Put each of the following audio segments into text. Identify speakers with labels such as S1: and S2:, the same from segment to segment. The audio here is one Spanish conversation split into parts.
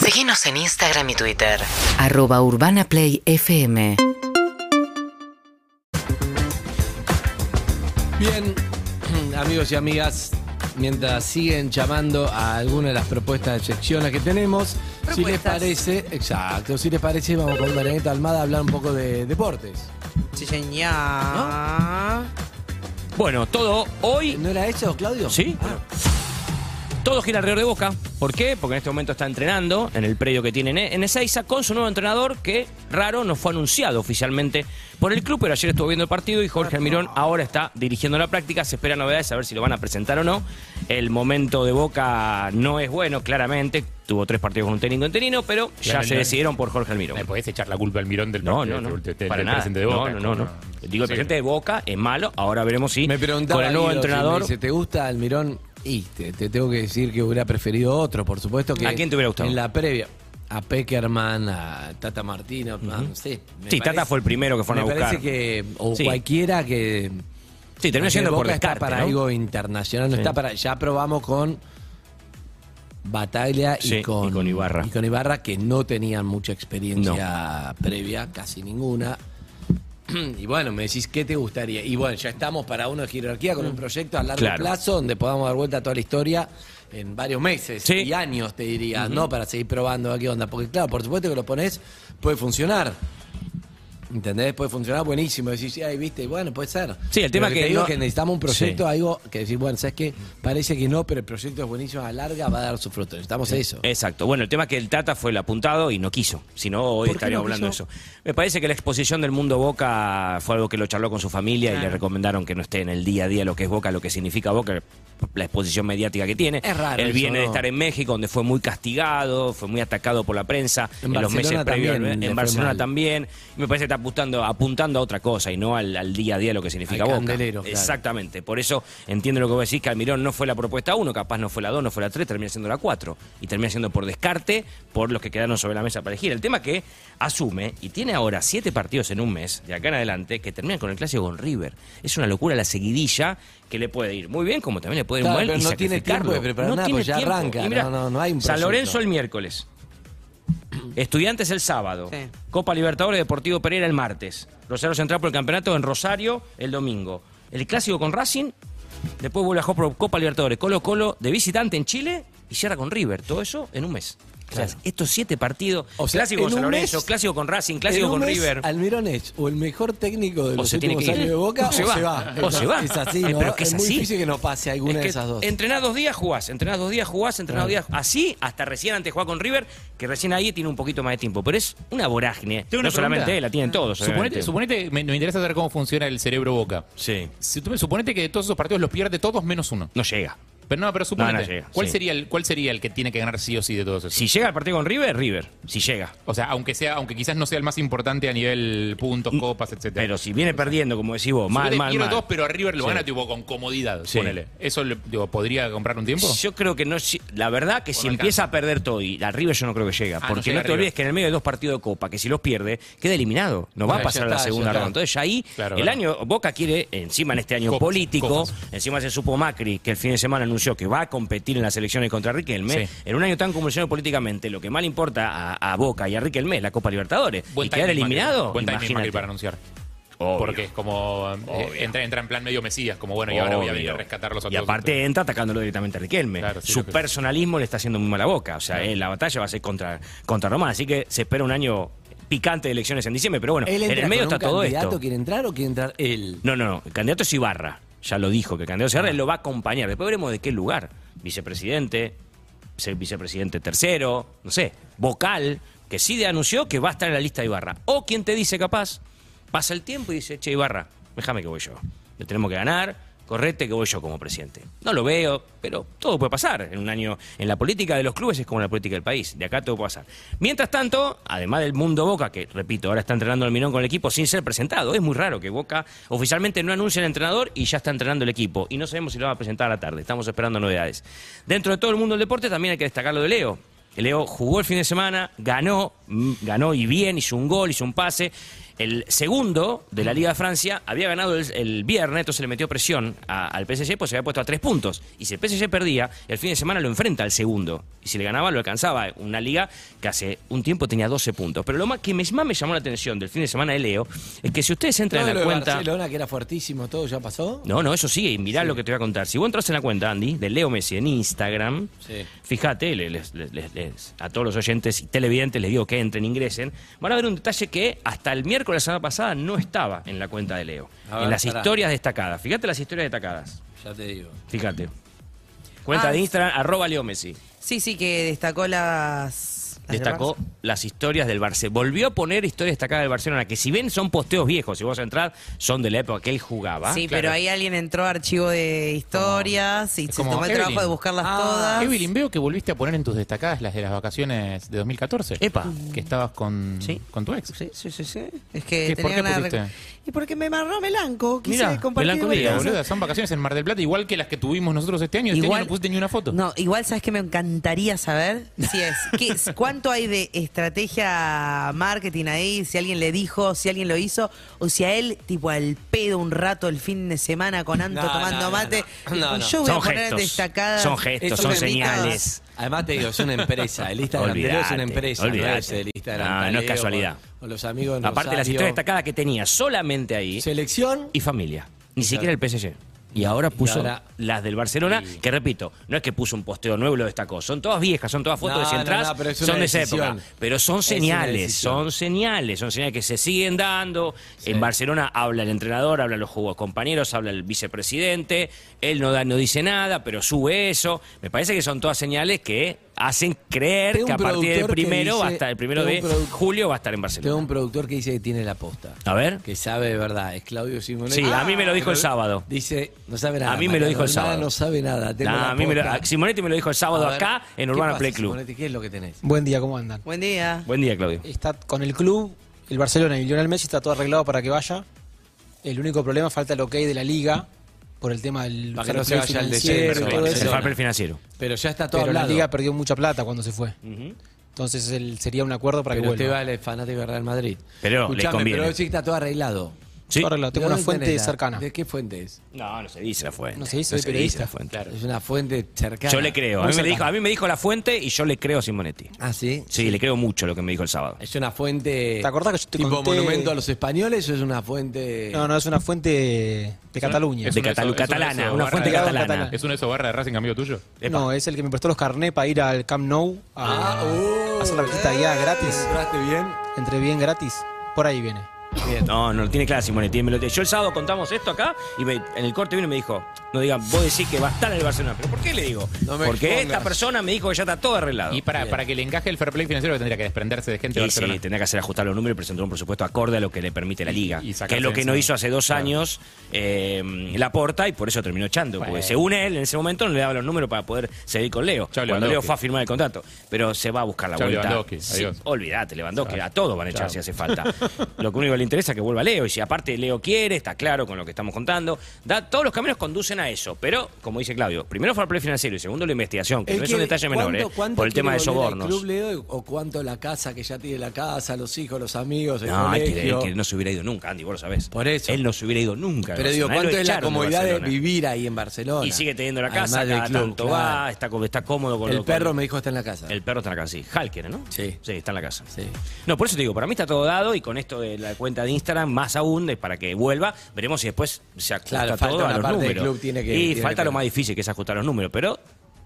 S1: Seguinos en Instagram y Twitter.
S2: Arroba Urbana Play FM.
S3: Bien, amigos y amigas, mientras siguen llamando a alguna de las propuestas de secciones que tenemos, si les
S4: Propuestas.
S3: parece, exacto, si les parece, vamos con Marianeta Almada a hablar un poco de deportes.
S4: Sí, señor.
S5: Bueno, todo hoy
S3: ¿No era eso, Claudio?
S5: Sí.
S3: Ah,
S5: Todo gira alrededor de Boca. ¿Por qué? Porque en este momento está entrenando en el predio que tiene en Ezeiza con su nuevo entrenador que, raro, no fue anunciado oficialmente por el club, pero ayer estuvo viendo el partido y Jorge Almirón ahora está dirigiendo la práctica. Se espera novedades, a ver si lo van a presentar o no. El momento de Boca no es bueno, claramente. Tuvo tres partidos con un técnico interino, pero ya
S6: Claro,
S5: se
S6: no.
S5: decidieron por Jorge Almirón.
S6: Le podés echar la culpa al mirón del
S5: No, no,
S6: partido,
S5: no.
S6: del- del-
S5: Para
S6: del
S5: nada.
S6: presidente de Boca.
S5: no, no, no, no. Digo, el
S6: Sí.
S5: presidente de Boca es malo. Ahora veremos si
S3: me preguntaba
S5: con el nuevo
S3: Guido si me
S5: entrenador.
S3: dice, ¿te gusta Almirón? Y te, te tengo que decir que hubiera preferido otro, por supuesto que...
S5: ¿A quién te hubiera gustado?
S3: En la previa. A Peckerman, a Tata Martino, ah, no sé. me
S5: Sí, Tata fue el primero que fueron
S3: me
S5: a buscar.
S3: parece que... O
S5: Sí.
S3: cualquiera que...
S5: sí, terminó
S3: Porque
S5: siendo por
S3: Boca está
S5: descarte.
S3: para
S5: ¿no?
S3: algo internacional, no
S5: Sí.
S3: está para. Ya probamos con Bataglia y,
S5: Sí, y
S3: con,
S5: con Ibarra.
S3: y con Ibarra, que no tenían mucha experiencia previa, casi ninguna. Y bueno, me decís qué te gustaría. Y bueno, ya estamos para uno de jerarquía con un proyecto a largo
S5: Mm. Claro.
S3: plazo donde podamos dar vuelta a toda la historia en varios meses
S5: Sí.
S3: y años, te diría, ¿no? Para seguir probando a ver qué onda. Porque claro, por supuesto que lo pones, puede funcionar. ¿Entendés? Puede funcionar buenísimo. Decís, ay, viste, bueno, puede ser.
S5: Sí, el tema
S3: Pero
S5: que
S3: te digo
S5: no-
S3: que necesitamos un proyecto,
S5: Sí.
S3: algo que decís, bueno, ¿sabes qué? Parece que no, pero el proyecto es buenísimo, a la larga va a dar su fruto. Necesitamos eso.
S5: Exacto. Bueno, el tema es que el Tata fue el apuntado y no quiso. Si no, hoy
S3: ¿Por qué
S5: estaría
S3: no
S5: hablando de
S3: quiso?
S5: eso. Me parece que la exposición del mundo Boca fue algo que lo charló con su familia y
S4: Claro.
S5: le recomendaron que no esté en el día a día lo que es Boca, lo que significa Boca, la exposición mediática que tiene.
S3: Es raro
S5: Él
S3: eso,
S5: viene de
S3: ¿no?
S5: estar en México, donde fue muy castigado, fue muy atacado por la prensa
S3: En
S5: en, los
S3: Barcelona
S5: meses previos.
S3: también le
S5: en
S3: fue
S5: Barcelona
S3: mal.
S5: también. Me parece que está apuntando, apuntando a otra cosa y no al, al día a día lo que significa
S3: Al
S5: Boca.
S3: candelero, claro.
S5: Exactamente. Por eso entiendo lo que vos decís, que Almirón no fue la propuesta 1, capaz no fue la 2, no fue la 3, termina siendo la 4. Y termina siendo por descarte, por los que quedaron sobre la mesa para elegir. El tema que asume y tiene ahora siete partidos en un mes, de acá en adelante, que terminan con el clásico con River. Es una locura la seguidilla que le puede ir muy bien, como también le puede ir
S3: Claro,
S5: mal.
S3: pero
S5: y
S3: no tiene
S5: sacrificarlo.
S3: tiempo de preparar
S5: No
S3: nada,
S5: tiene
S3: pues ya
S5: tiempo.
S3: arranca.
S5: Y mirá,
S3: No, no, no hay un
S5: San
S3: proyecto.
S5: Lorenzo el miércoles. Estudiantes el sábado.
S4: Sí.
S5: Copa Libertadores Deportivo Pereira el martes. Rosario Central por el campeonato en Rosario el domingo. El clásico con Racing. Después vuelve a jugar por Copa Libertadores. Colo Colo de visitante en Chile y cierra con River. Todo eso en un mes. O sea, estos siete partidos.
S3: O sea,
S5: clásico con
S3: en
S5: San
S3: un
S5: Lorenzo,
S3: mes-
S5: clásico con Racing,
S3: En
S5: clásico
S3: un
S5: con
S3: mes,
S5: River.
S3: Almirón es o el mejor técnico de
S5: O
S3: los
S5: se tiene
S3: últimos
S5: que ir.
S3: años de Boca
S5: O se va. O se va.
S3: Es así,
S5: Eh,
S3: ¿no?
S5: pero que es
S3: muy
S5: así.
S3: difícil que no pase alguna
S5: Es
S3: de
S5: que
S3: esas dos.
S5: Entrenás dos días, jugás. Entrenás dos días, jugás. Entrenás dos días. Así, hasta recién antes jugás con River, que recién ahí tiene un poquito más de tiempo. Pero es una vorágine.
S6: Tengo
S5: no
S6: una
S5: solamente
S6: pregunta.
S5: él, la tienen todos.
S6: Suponete,
S5: obviamente.
S6: suponete me, me interesa saber cómo funciona el cerebro Boca.
S5: Sí.
S6: Si tú- Suponete que de todos esos partidos los pierde todos menos uno.
S5: No llega.
S6: Pero no, pero suponete.
S5: No, no llega,
S6: ¿cuál,
S5: sí.
S6: sería el, ¿Cuál sería el que tiene que ganar sí o sí de todos esos?
S5: Si llega al partido con River, River. Si llega.
S6: O sea, aunque sea, aunque quizás no sea el más importante a nivel puntos, copas, etcétera.
S5: Mm, Pero si viene perdiendo, como decís vos, mal,
S6: Suponete,
S5: mal,
S6: pierde
S5: mal.
S6: todos, pero a River lo
S5: Sí.
S6: gana tipo con comodidad,
S5: Sí.
S6: ponele. ¿Eso le- digo, podría comprar un tiempo?
S5: Yo creo que no. si- La verdad que si
S6: no
S5: empieza a perder todo y a River yo no creo que llega.
S6: Ah, no
S5: porque no,
S6: llega
S5: te
S6: River.
S5: olvides que en el medio de dos partidos de Copa, que si los pierde, queda eliminado. No
S3: Claro,
S5: va
S6: Ah,
S5: a
S3: ya
S5: pasar a la
S3: está, ya
S5: segunda
S3: está.
S5: ronda. Entonces ya ahí
S6: Claro,
S5: el
S6: claro.
S5: año Boca quiere, encima en este año
S6: Copas,
S5: político,
S6: copas.
S5: encima se supo Macri, que el fin de semana anunció que va a competir en las elecciones contra Riquelme.
S6: Sí.
S5: En un año tan convulsionado políticamente, lo que más le importa a, a Boca y a Riquelme es la Copa Libertadores.
S6: Buen
S5: y quedar
S6: timing, Macri.
S5: eliminado,
S6: Buen timing, Macri,
S5: imagínate.
S6: para anunciar.
S5: Obvio.
S6: Porque es como. eh,
S5: Obvio.
S6: entra, entra en plan medio Mesías, como bueno, y ahora voy a venir a
S5: Obvio.
S6: rescatarlos a
S5: Y
S6: todos.
S5: aparte entra atacándolo directamente a Riquelme.
S6: Claro, sí,
S5: Su
S6: lo que-
S5: personalismo le está haciendo muy mala boca. O sea, eh, la batalla va a ser contra, contra Román. Así que se espera un año picante de elecciones en diciembre. Pero bueno,
S3: Él
S5: en
S3: entra
S5: el medio
S3: con
S5: está
S3: un
S5: todo
S3: candidato,
S5: esto.
S3: ¿Quiere entrar o quiere entrar él?
S5: No, no, no. El candidato es Ibarra. Ya lo dijo que el candidato es
S3: Ah.
S5: Ibarra. Él lo va a acompañar. Después veremos de qué lugar. Vicepresidente, vice- vicepresidente tercero, no sé, vocal, que sí de- anunció que va a estar en la lista de Ibarra. O quien te dice capaz, pasa el tiempo y dice, che, Ibarra, déjame que voy yo. Le tenemos que ganar. Correte que voy yo como presidente. No lo veo, pero todo puede pasar. En un año, en la política de los clubes es como en la política del país. De acá todo puede pasar. Mientras tanto, además del mundo Boca, que repito, ahora está entrenando el Mirón con el equipo sin ser presentado. Es muy raro que Boca oficialmente no anuncie al entrenador y ya está entrenando el equipo. Y no sabemos si lo va a presentar a la tarde. Estamos esperando novedades. Dentro de todo el mundo del deporte también hay que destacar lo de Leo. Leo jugó el fin de semana, ganó, mm, ganó y bien, hizo un gol, hizo un pase. El segundo de la Liga de Francia había ganado el, el viernes, entonces le metió presión a- al PSG, pues se había puesto a tres puntos. Y si el PSG perdía, el fin de semana lo enfrenta al segundo. Y si le ganaba, lo alcanzaba. Una liga que hace un tiempo tenía 12 puntos. Pero lo más que me- más me llamó la atención del fin de semana de Leo es que si ustedes entran
S3: Todo
S5: en
S3: lo
S5: la
S3: de
S5: cuenta.
S3: Barcelona, que era fuertísimo, todo ya pasó.
S5: No, no, eso sigue. Y mirá lo que te voy a contar. Si vos entras en la cuenta, Andy, de Leo Messi en Instagram,
S3: Sí.
S5: fíjate, le- les- les- les- les- a todos los oyentes y televidentes les digo que entren, ingresen, van a ver un detalle que hasta el miércoles de la semana pasada no estaba en la cuenta de Leo.
S3: A ver,
S5: en las
S3: pará.
S5: historias destacadas. Fíjate las historias destacadas.
S3: Ya te digo.
S5: Fíjate. Cuenta
S4: Ah,
S5: de Instagram, arroba Leo Messi.
S4: Sí, sí, que destacó las. las
S5: Destacó
S4: demás.
S5: las historias del Barcelona. Volvió a poner historias destacadas del Barcelona, que si bien son posteos viejos, si vos entrar, son de la época que él jugaba.
S4: sí,
S6: ah, claro.
S4: pero ahí alguien entró a archivo de historias y
S6: es
S4: se
S6: como
S4: tomó el
S6: Evelyn.
S4: trabajo de buscarlas
S3: Ah,
S4: todas.
S6: Evelyn, veo que volviste a poner en tus destacadas las de las vacaciones de 2014.
S5: Epa.
S6: Que estabas con,
S5: Sí.
S6: con tu ex.
S4: Sí, sí, sí, sí. Es que
S6: ¿Qué? ¿Por
S4: tenía
S6: qué
S4: ganas de
S6: pusiste?
S4: rec- Y porque me marró Melanco, quise
S5: Mirá,
S4: compartir.
S5: melancolía,
S4: varias
S6: Mira,
S5: boludo.
S4: cosas.
S6: boluda, son vacaciones en Mar del Plata, igual que las que tuvimos nosotros este año. Este año no pusiste ni una foto.
S4: No, igual sabes que me encantaría saber si es, qué es- cuánto hay de estrategia marketing ahí, si alguien le dijo, si alguien lo hizo, o si a él, tipo al pedo un rato el fin de semana con Anto
S3: No, no,
S4: tomando
S3: no,
S4: mate.
S3: no. No, no.
S4: dijo, Yo voy a
S5: Son
S4: poner
S5: gestos,
S4: destacadas.
S5: son gestos,
S4: estas
S5: son
S4: fotos".
S5: señales.
S3: Además te digo, es una empresa. El Instagram de Leo es
S5: Olvidate,
S3: una empresa. No
S5: olvidate.
S3: es el Instagram
S5: No,
S3: de
S5: no es
S3: Leo
S5: casualidad.
S3: Con, con los amigos en
S5: Aparte, las
S3: Rosario.
S5: historias destacadas que tenía solamente ahí.
S3: Selección.
S5: ¿eh? y familia. Ni siquiera el PSG. Y ahora puso
S3: ahora-
S5: las del Barcelona,
S3: Sí.
S5: que repito, no es que puso un posteo nuevo y lo destacó. Son todas viejas, son todas fotos
S3: No,
S5: de si
S3: no,
S5: entras,
S3: no, pero es una
S5: son de esa
S3: decisión.
S5: época. Pero son
S3: Es una
S5: señales,
S3: decisión.
S5: son señales, son señales que se siguen dando. En Barcelona habla el entrenador, habla los jugadores compañeros, habla el vicepresidente, él no da, no dice nada, pero sube eso. Me parece que son todas señales que hacen creer
S3: Tengo
S5: que a
S3: un
S5: partir del
S3: productor que
S5: primero va a
S3: dice-
S5: estar, el primero
S3: tengo
S5: de
S3: un produ-
S5: julio va a estar en
S3: Tengo
S5: Barcelona.
S3: un productor que dice que tiene la posta.
S5: A ver.
S3: Que sabe de verdad. Es Claudio Simonetti.
S5: Sí, a mí me lo dijo el sábado.
S3: Dice, no sabe nada.
S5: A mí me lo
S3: Mariano
S5: dijo el
S3: Hermana
S5: sábado.
S3: No sabe nada. tengo
S5: Nah,
S3: la
S5: a mí me lo-
S3: posta.
S5: a- Simonetti me lo dijo el sábado
S3: A ver,
S5: acá en
S3: ¿qué
S5: Urbana
S3: pasa,
S5: Play Club.
S3: Simonetti? ¿Qué es lo que tenés?
S7: Buen día, ¿cómo andan?
S4: Buen día.
S5: Buen día, Claudio.
S7: Está con el club, el Barcelona y Lionel Messi está todo arreglado para que vaya. El único problema falta el ok de la liga por el tema del
S3: Para que
S7: fair
S3: no se
S7: play
S3: vaya al
S7: financiero
S3: descenso,
S7: y
S3: Barcelona.
S7: todo
S5: El
S7: eso.
S5: papel financiero.
S3: Pero ya está todo
S7: Pero la
S3: hablado.
S7: liga perdió mucha plata cuando se fue. Entonces él- sería un acuerdo para
S3: pero
S7: que
S3: usted
S7: vuelva.
S3: vale fanático de Real Madrid.
S5: Pero le
S3: Escuchame,
S5: conviene.
S3: Pero sí que está todo arreglado.
S5: Sí.
S7: Todo arreglado. Tengo
S3: ¿De
S7: una
S3: dónde
S7: fuente
S3: tenés la-
S7: cercana.
S3: ¿De qué fuente es?
S5: No, no se dice la fuente.
S7: No se dice, soy
S5: la
S7: periodista.
S5: fuente.
S3: Es una fuente cercana.
S5: Yo le creo. A
S7: Muy
S5: mí, me
S7: cercano.
S5: dijo, a mí me dijo la fuente y yo le creo a Simonetti.
S3: Ah, sí.
S5: Sí, le creo mucho lo que me dijo el sábado.
S3: Es una fuente.
S7: ¿Te acordás que yo te
S3: tipo
S7: conté-
S3: monumento a los españoles o es una fuente.
S7: No, no, es una fuente de Cataluña.
S6: Es
S5: de
S6: uno de
S5: Catalu-
S6: esos- es uno de
S5: catalana,
S6: esos
S5: una
S6: barra-
S5: fuente
S7: Pegado en
S5: catalana.
S7: catalán.
S6: ¿Es uno de esos barras de Racing amigo tuyo?
S7: No, es el que me prestó los carnés para ir al Camp Nou a
S3: Ah, uh,
S7: a hacer la visita guía gratis.
S3: ¿Entraste bien?
S7: Entre bien gratis. Por ahí viene.
S5: No, no lo tiene claro Simonetti. Me lo- yo el sábado contamos esto acá y me- en el corte vino y me dijo, no digan, vos decís que va a estar en el Barcelona. ¿Pero por qué le digo?
S3: No me
S5: Porque
S3: expongas.
S5: esta persona me dijo que ya está todo arreglado.
S6: Y para, para que le encaje el fair play financiero tendría que desprenderse de gente de
S5: Y sí,
S6: Barcelona.
S5: tendría que hacer ajustar los números y presentar un presupuesto acorde a lo que le permite la liga.
S6: Y- y sacarse
S5: que es lo que
S6: encima.
S5: no hizo hace dos
S6: Claro.
S5: años la porta y por eso terminó echando. Porque según él, en ese momento no le daba los números para poder seguir con Leo.
S6: Chao,
S5: cuando Leo
S6: Lewandowski.
S5: fue a firmar el contrato. Pero se va a buscar la
S6: Chao,
S5: vuelta.
S6: Lewandowski.
S5: Sí,
S6: Adiós.
S5: olvídate, Lewandowski. A todos van a echar
S6: Chao.
S5: si hace falta. lo que único que le interesa es que vuelva Leo. Y si aparte Leo quiere, está claro con lo que estamos contando. Da, todos los caminos conducen a eso. Pero, como dice Claudio, primero fue el play financiero y segundo la investigación, que
S3: Él
S5: no es un
S3: quiere-
S5: detalle menor,
S3: ¿cuánto-
S5: eh,
S3: cuánto
S5: por el tema de
S3: quiere volver al
S5: sobornos.
S3: club le doy? ¿O cuánto la casa que ya tiene la casa, los hijos, los amigos, el
S5: No, él que,
S3: colegio?
S5: él que no se hubiera ido nunca, Andy, vos lo sabés.
S3: Por eso.
S5: Él no se hubiera ido nunca.
S3: Pero
S5: de
S3: digo,
S5: Barcelona. Él lo
S3: ¿cuánto es la
S5: echaron de
S3: comodidad de,
S5: Barcelona.
S3: vivir ahí en Barcelona?
S5: Y sigue teniendo la casa,
S3: Además del
S5: cada
S3: club,
S5: tanto
S3: claro.
S5: va, está, co- está cómodo con
S3: El
S5: lo-
S3: perro
S5: con-
S3: me dijo está en la casa.
S5: El Pues perro está en la casa, sí. Halker, ¿no?
S3: Sí.
S5: Sí, está en la casa.
S3: Sí.
S5: No, por eso te digo, para mí está todo dado y con esto de la cuenta de Instagram, más aún, es para que vuelva. Veremos si después se ajusta
S3: Claro, falta
S5: todo a
S3: una
S5: los
S3: parte del
S5: números.
S3: club, tiene que-
S5: y
S3: tiene
S5: falta
S3: que-
S5: lo más difícil, que es ajustar los números, pero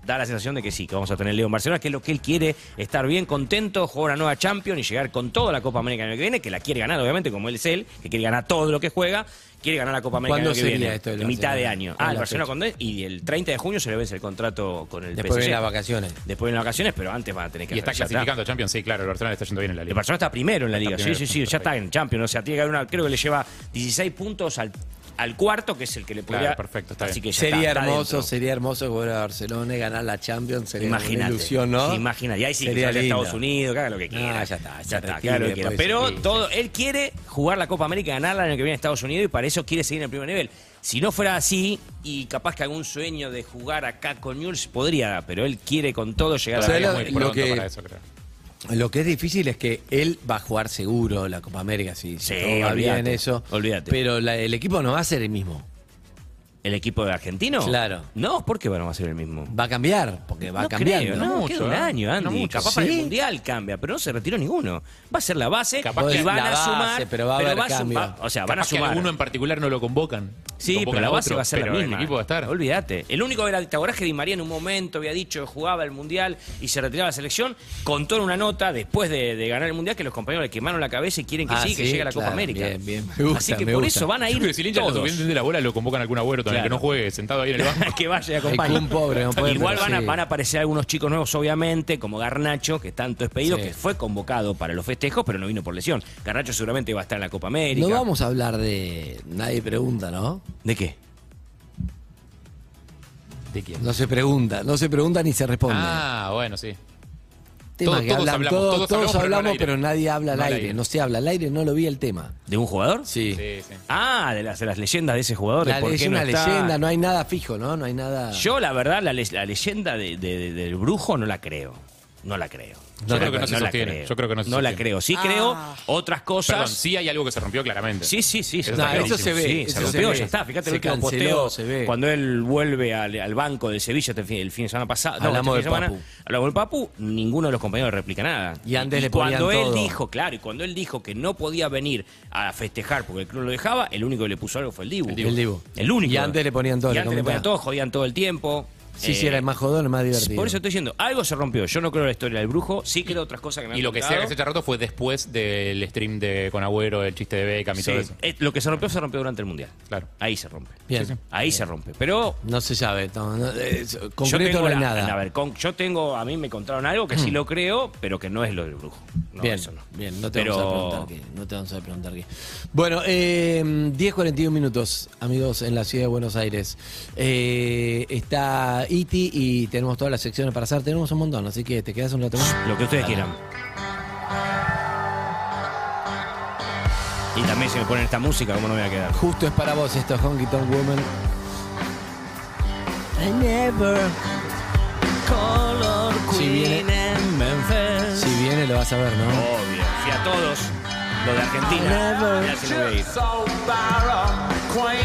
S5: da la sensación de que sí, que vamos a tener Leo en Barcelona, que es lo que él quiere, estar bien contento, jugar una nueva Champions y llegar con toda la Copa América el año que viene, que la quiere ganar, obviamente, como él es él, que quiere ganar todo lo que juega, quiere ganar la Copa América el
S3: ¿Cuándo
S5: año que
S3: sería
S5: viene,
S3: esto del
S5: en mitad de
S3: Barcelona?
S5: año.
S3: ¿Cuál
S5: Ah,
S3: es
S5: el
S3: la
S5: Barcelona
S3: fecha?
S5: con Dez- y el 30 de junio se le vence el contrato con el
S3: Después
S5: PSG.
S3: vienen las vacaciones.
S5: Después vienen las vacaciones, pero antes van a tener que
S6: Y está
S5: arreglar.
S6: clasificando a Champions, sí, claro, el Barcelona le está yendo bien en la
S5: El
S6: liga.
S5: Barcelona está primero en la
S6: Está
S5: liga.
S6: primero,
S5: sí, sí, sí, ya
S6: perfecto.
S5: está en Champions. O sea, tiene que haber una, creo que le lleva 16 puntos al, al cuarto, que es el que le
S6: Claro,
S5: podría.
S6: perfecto, está
S5: Así
S6: bien.
S5: que ya
S3: Sería
S5: está, está
S3: hermoso,
S5: dentro.
S3: sería hermoso volver a Barcelona y ganar la Champions. Sería una
S5: Imagínate.
S3: ilusión, ¿no?
S5: Imagínate. Y ahí sí, que
S3: Sería
S5: sale a
S3: lindo.
S5: Estados Unidos, que haga lo que quiera.
S3: Ah, ya está, ya está,
S5: que haga lo que quiera.
S3: después,
S5: Pero
S3: sí,
S5: todo, él quiere jugar la Copa América, ganarla el año que viene en Estados Unidos y para eso quiere seguir en el primer nivel. Si no fuera así, y capaz que algún sueño de jugar acá con Newell's podría, pero él quiere con todo llegar a
S3: Claro.
S5: la
S6: Todavía
S3: lo-
S6: es muy
S3: lo
S6: pronto
S3: que-
S6: para eso, creo.
S3: Lo que es difícil es que él va a jugar seguro la Copa América, si, si
S5: Sí,
S3: todo va bien
S5: olvídate,
S3: eso.
S5: olvídate.
S3: Pero la- el equipo no va a ser el mismo.
S5: ¿El equipo de argentino?
S3: Claro.
S5: No, ¿por qué van a ser el mismo?
S3: Va a cambiar, porque va
S5: no
S3: cambiando.
S5: creo, no,
S6: mucho,
S5: queda un
S6: ¿eh?
S5: año, Andy.
S6: No mucho.
S5: Capaz para el
S3: ¿Sí?
S5: Mundial cambia, pero no se retiró ninguno. Va a ser la base
S6: Capaz
S5: y
S6: que-
S5: van
S3: la
S5: a
S3: base,
S5: sumar.
S3: pero va a haber
S5: a
S3: cambio.
S5: sumar- O sea, van a
S6: Capaz que
S5: sumar.
S6: alguno en particular no lo convocan.
S5: Sí,
S6: Convocan
S5: pero la
S6: a
S5: base
S6: otro,
S5: va a ser la
S6: pero
S5: misma.
S6: El equipo va a estar.
S5: Olvídate. El único era, ¿te acordás que Di María en un momento había dicho, jugaba el Mundial y se retiraba la selección? Contó en una nota, después de, de ganar el Mundial, que los compañeros le quemaron la cabeza y quieren que
S3: Ah,
S5: sí, que
S3: sí,
S5: llegue a la Copa
S3: claro,
S5: América.
S3: bien, bien. Me gusta,
S5: Así que
S3: me
S5: por
S3: gusta.
S5: eso van a
S6: Yo
S5: ir
S6: creo que si el hincha lo
S5: todos.
S6: suficiente de la bola, lo convocan a algún abuelo también,
S5: Claro.
S6: que no juegue sentado ahí en el banco.
S5: que vaya y
S3: Hay
S5: acompañe.
S3: un pobre, no puede,
S5: Igual
S3: pero
S5: van a,
S3: sí.
S5: van a aparecer algunos chicos nuevos, obviamente, como Garnacho, que tanto es pedido,
S3: Sí.
S5: que fue convocado para los festejos, pero no vino por lesión. Garnacho seguramente va a estar en la Copa América.
S3: No vamos a hablar de. Nadie pregunta, ¿no?
S5: ¿De qué?
S6: ¿De quién?
S3: No se pregunta, no se pregunta ni se responde.
S6: Ah, bueno, sí.
S3: Tema
S6: todos-
S3: que
S6: todos
S3: hablan,
S6: hablamos,
S3: todos, todos hablamos, pero,
S6: no al aire.
S3: nadie habla al
S6: No al
S3: aire.
S6: aire.
S3: No se habla al aire, no lo vi el tema.
S5: ¿De un jugador?
S3: Sí.
S6: Sí, sí.
S5: Ah, de las, de las leyendas de ese jugador.
S3: La-
S5: ¿por qué
S3: es
S5: no
S3: una
S5: está?
S3: leyenda, no hay nada fijo, ¿no? No hay nada.
S5: Yo, la verdad, la, le- la leyenda de- de- de- del brujo no la creo. No la creo.
S6: Yo creo que no se
S5: la
S6: sostiene,
S5: creo.
S6: yo creo que no se
S5: la
S6: sostiene.
S5: creo. Sí creo
S3: Ah.
S5: otras cosas.
S6: Perdón, sí hay algo que se rompió claramente.
S5: Sí, sí, sí.
S6: Eso
S5: está
S6: está
S5: clarísimo.
S3: clarísimo.
S5: Sí,
S3: Eso
S5: se
S3: se
S5: rompió,
S3: ve.
S5: ya está. Fíjate el
S3: Se
S5: último
S3: canceló,
S5: posteo.
S3: se ve.
S5: Cuando él vuelve al, al banco de Sevilla este fin- el fin de semana pasado. no,
S3: Hablamos
S5: este fin
S3: del
S5: semana, Hablamos del Papu. Ninguno de los compañeros replica nada.
S3: Y antes le ponían
S5: cuando él
S3: todo.
S5: dijo, claro, y cuando él dijo que no podía venir a festejar porque el club lo dejaba, el único que le puso algo fue el Dibu.
S3: El Dibu. El Dibu.
S5: El único.
S3: Y antes le ponían todo,
S5: Y
S3: le
S5: antes le ponían
S3: comentaba.
S5: todo, jodían todo el tiempo.
S3: sí,
S5: Eh,
S3: sí, era el más jodón, el más divertido.
S5: Por eso estoy diciendo, algo se rompió. Yo no creo la historia del brujo, sí creo otras cosas que me han
S6: Y lo que sea
S5: contado.
S6: que se haya roto fue después del stream de con Agüero, el chiste de Beckham y
S5: Sí,
S6: todo eso.
S5: eh, lo que se rompió se rompió durante el Mundial.
S6: Claro.
S5: Ahí se rompe.
S3: Bien.
S5: Ahí se rompe. Pero
S3: No se sabe. no, no, es-
S5: yo
S3: concreto
S5: tengo
S3: no hay
S5: la-
S3: nada. Mm.
S5: A ver, con- yo tengo, a mí me contaron algo que sí lo creo, pero que no es lo del brujo. No,
S3: bien,
S5: eso no.
S3: bien, no te
S5: Pero-
S3: vamos a preguntar qué. No te vamos a preguntar qué. Bueno, eh, 10.41 minutos, amigos, en la ciudad de Buenos Aires. Eh, está Iti y tenemos todas las secciones para hacer. Tenemos un montón, así que te quedas un rato más.
S5: Lo que ustedes quieran. Y también si me ponen esta música, ¿cómo no me voy a quedar?
S3: Justo es para vos esto, Honky Tonk Woman. I never color si viene, si viene lo vas a ver, ¿no?
S5: Obvio. Fui a todos. Lo de Argentina. Mirá si no voy a ir.